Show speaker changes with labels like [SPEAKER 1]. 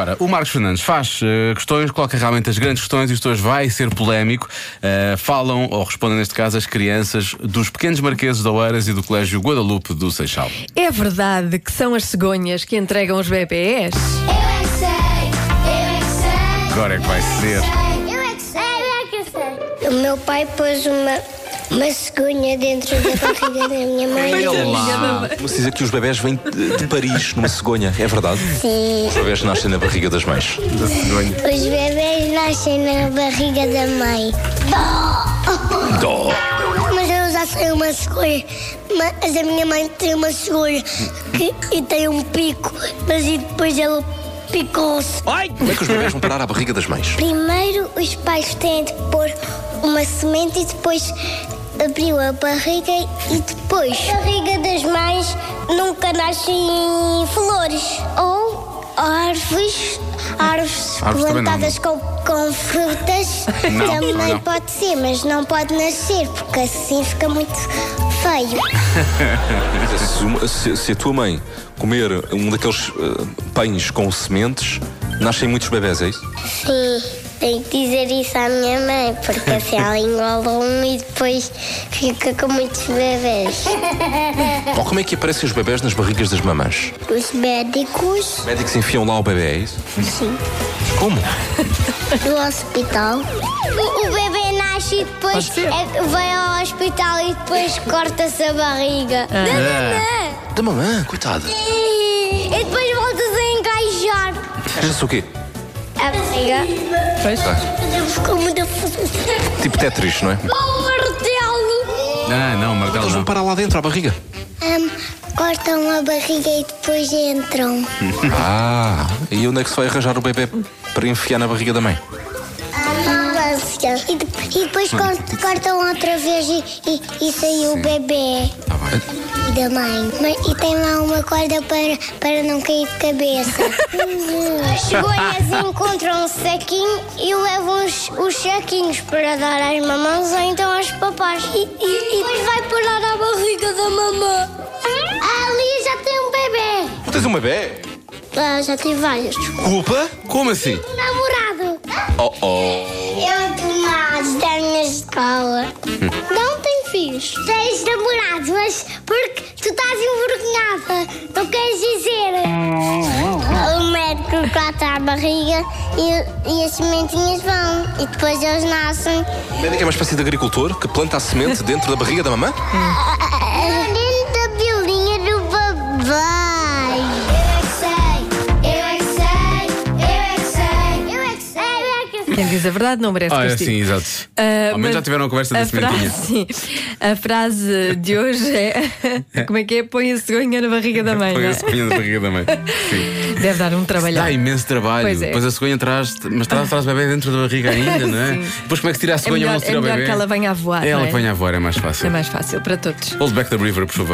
[SPEAKER 1] Ora, o Marcos Fernandes faz eh, questões, coloca realmente as grandes questões, isto hoje vai ser polémico. Eh, falam, ou respondem neste caso, as crianças dos pequenos marqueses de Oeiras e do Colégio Guadalupe do Seixal.
[SPEAKER 2] É verdade que são as cegonhas que entregam os bebés?
[SPEAKER 3] Eu é que sei, eu é que sei.
[SPEAKER 1] Agora é que vai ser.
[SPEAKER 3] Eu é que sei, eu é que sei.
[SPEAKER 4] O meu pai pôs uma, uma cegonha dentro da barriga da minha mãe.
[SPEAKER 1] Olá!
[SPEAKER 5] Como se dizer que os bebés vêm de de Paris numa cegonha, é verdade? Sim. Os bebés nascem na barriga das mães.
[SPEAKER 4] Os bebês nascem na barriga da mãe.
[SPEAKER 5] Dó!
[SPEAKER 4] Mas eu já sei uma cegonha. Mas a minha mãe tem uma cegonha que, e tem um pico, mas e depois ela picou-se.
[SPEAKER 5] Como é que os bebés vão parar à barriga das mães?
[SPEAKER 4] Primeiro os pais têm de pôr uma semente e depois abriu a barriga e depois. A barriga das mães nunca nascem flores. Ou árvores,
[SPEAKER 1] Árvores
[SPEAKER 4] árvores
[SPEAKER 1] também não.
[SPEAKER 4] plantadas com, com frutas
[SPEAKER 1] Não,
[SPEAKER 4] também
[SPEAKER 1] não.
[SPEAKER 4] pode ser, mas não pode nascer, porque assim fica muito feio.
[SPEAKER 5] Se, uma- se- se a tua mãe comer um daqueles eh, pães com sementes, nascem muitos bebés, é isso?
[SPEAKER 4] Sim, tenho que dizer isso à minha mãe, porque assim ela engola um e depois fica com muitos bebês.
[SPEAKER 5] Ou como é que aparecem os bebés nas barrigas das mamães?
[SPEAKER 4] Os médicos
[SPEAKER 5] Os médicos enfiam lá o bebê, é isso?
[SPEAKER 4] Sim.
[SPEAKER 5] Como?
[SPEAKER 4] Do hospital. O, o bebê nasce e
[SPEAKER 2] Pode
[SPEAKER 4] depois
[SPEAKER 2] ser.
[SPEAKER 4] é- vai ao hospital e depois corta-se a barriga.
[SPEAKER 2] Ah.
[SPEAKER 4] Da
[SPEAKER 2] É.
[SPEAKER 4] mamã.
[SPEAKER 5] Da mamã, coitada.
[SPEAKER 4] E depois voltas a encaixar
[SPEAKER 5] Achas o quê?
[SPEAKER 4] a barriga.
[SPEAKER 2] Pois.
[SPEAKER 1] Tá.
[SPEAKER 4] Ficou muito fofo.
[SPEAKER 5] Tipo Tetris, não é?
[SPEAKER 4] O martelo.
[SPEAKER 1] Ah, não, Martelo
[SPEAKER 5] Eles vão
[SPEAKER 1] não.
[SPEAKER 5] parar lá dentro, à barriga.
[SPEAKER 4] Hum, cortam a barriga e depois entram.
[SPEAKER 5] Ah, e onde é que se vai arranjar o bebê para enfiar na barriga da mãe?
[SPEAKER 4] E, de- e depois cort- cortam outra vez e, e, e saiu o bebê.
[SPEAKER 1] Tá bem.
[SPEAKER 4] E da mãe. Mãe, E tem lá uma corda para, para não cair de cabeça. As cegonhas encontram um saquinho e levam os, os saquinhos para dar às mamãs ou então aos papás. E, depois vai parar à barriga da mamã. Ali já tem um bebê.
[SPEAKER 5] Tu tens um bebê?
[SPEAKER 4] Ah, já tem vários.
[SPEAKER 5] Culpa?
[SPEAKER 1] Como assim?
[SPEAKER 4] Um Namorado.
[SPEAKER 5] Oh, oh. Hum.
[SPEAKER 4] Eu Tomás da minha escola. Não tem filhos. Tens namorado, mas porque tu estás envergonhada. Não queres dizer. O médico corta a barriga e, e as sementinhas vão. E depois eles nascem.
[SPEAKER 5] O médico é uma espécie de agricultor que planta a semente dentro da barriga da mamã?
[SPEAKER 4] Dentro da bilinha do babá.
[SPEAKER 3] Eu é que sei, eu é que sei. Eu é que sei, eu é que sei.
[SPEAKER 4] Eu é que
[SPEAKER 2] Quem diz a verdade não merece
[SPEAKER 1] Ah, é,
[SPEAKER 2] castigo.
[SPEAKER 1] sim, exato.
[SPEAKER 2] Ah,
[SPEAKER 1] Ao
[SPEAKER 2] mas
[SPEAKER 1] menos já tiveram a conversa da
[SPEAKER 2] a frase,
[SPEAKER 1] sementinha.
[SPEAKER 2] sim, a frase de hoje é como é que é? Põe a cegonha na barriga da mãe.
[SPEAKER 1] Põe
[SPEAKER 2] não é?
[SPEAKER 1] a cegonha na barriga da mãe. Sim.
[SPEAKER 2] Deve dar um
[SPEAKER 1] Dá
[SPEAKER 2] trabalhar.
[SPEAKER 1] imenso trabalho.
[SPEAKER 2] Pois é.
[SPEAKER 1] Depois a cegonha traz, mas traz, traz o bebê dentro da barriga ainda, não é?
[SPEAKER 2] Sim.
[SPEAKER 1] Depois como é que se tira a
[SPEAKER 2] É
[SPEAKER 1] cegonha ou
[SPEAKER 2] melhor,
[SPEAKER 1] não se
[SPEAKER 2] é
[SPEAKER 1] tira o
[SPEAKER 2] melhor
[SPEAKER 1] bebê?
[SPEAKER 2] que ela venha a voar.
[SPEAKER 1] É ela
[SPEAKER 2] não é?
[SPEAKER 1] que venha a voar, é mais
[SPEAKER 2] É
[SPEAKER 1] fácil.
[SPEAKER 2] mais fácil para todos.
[SPEAKER 1] Hold back the river, por favor.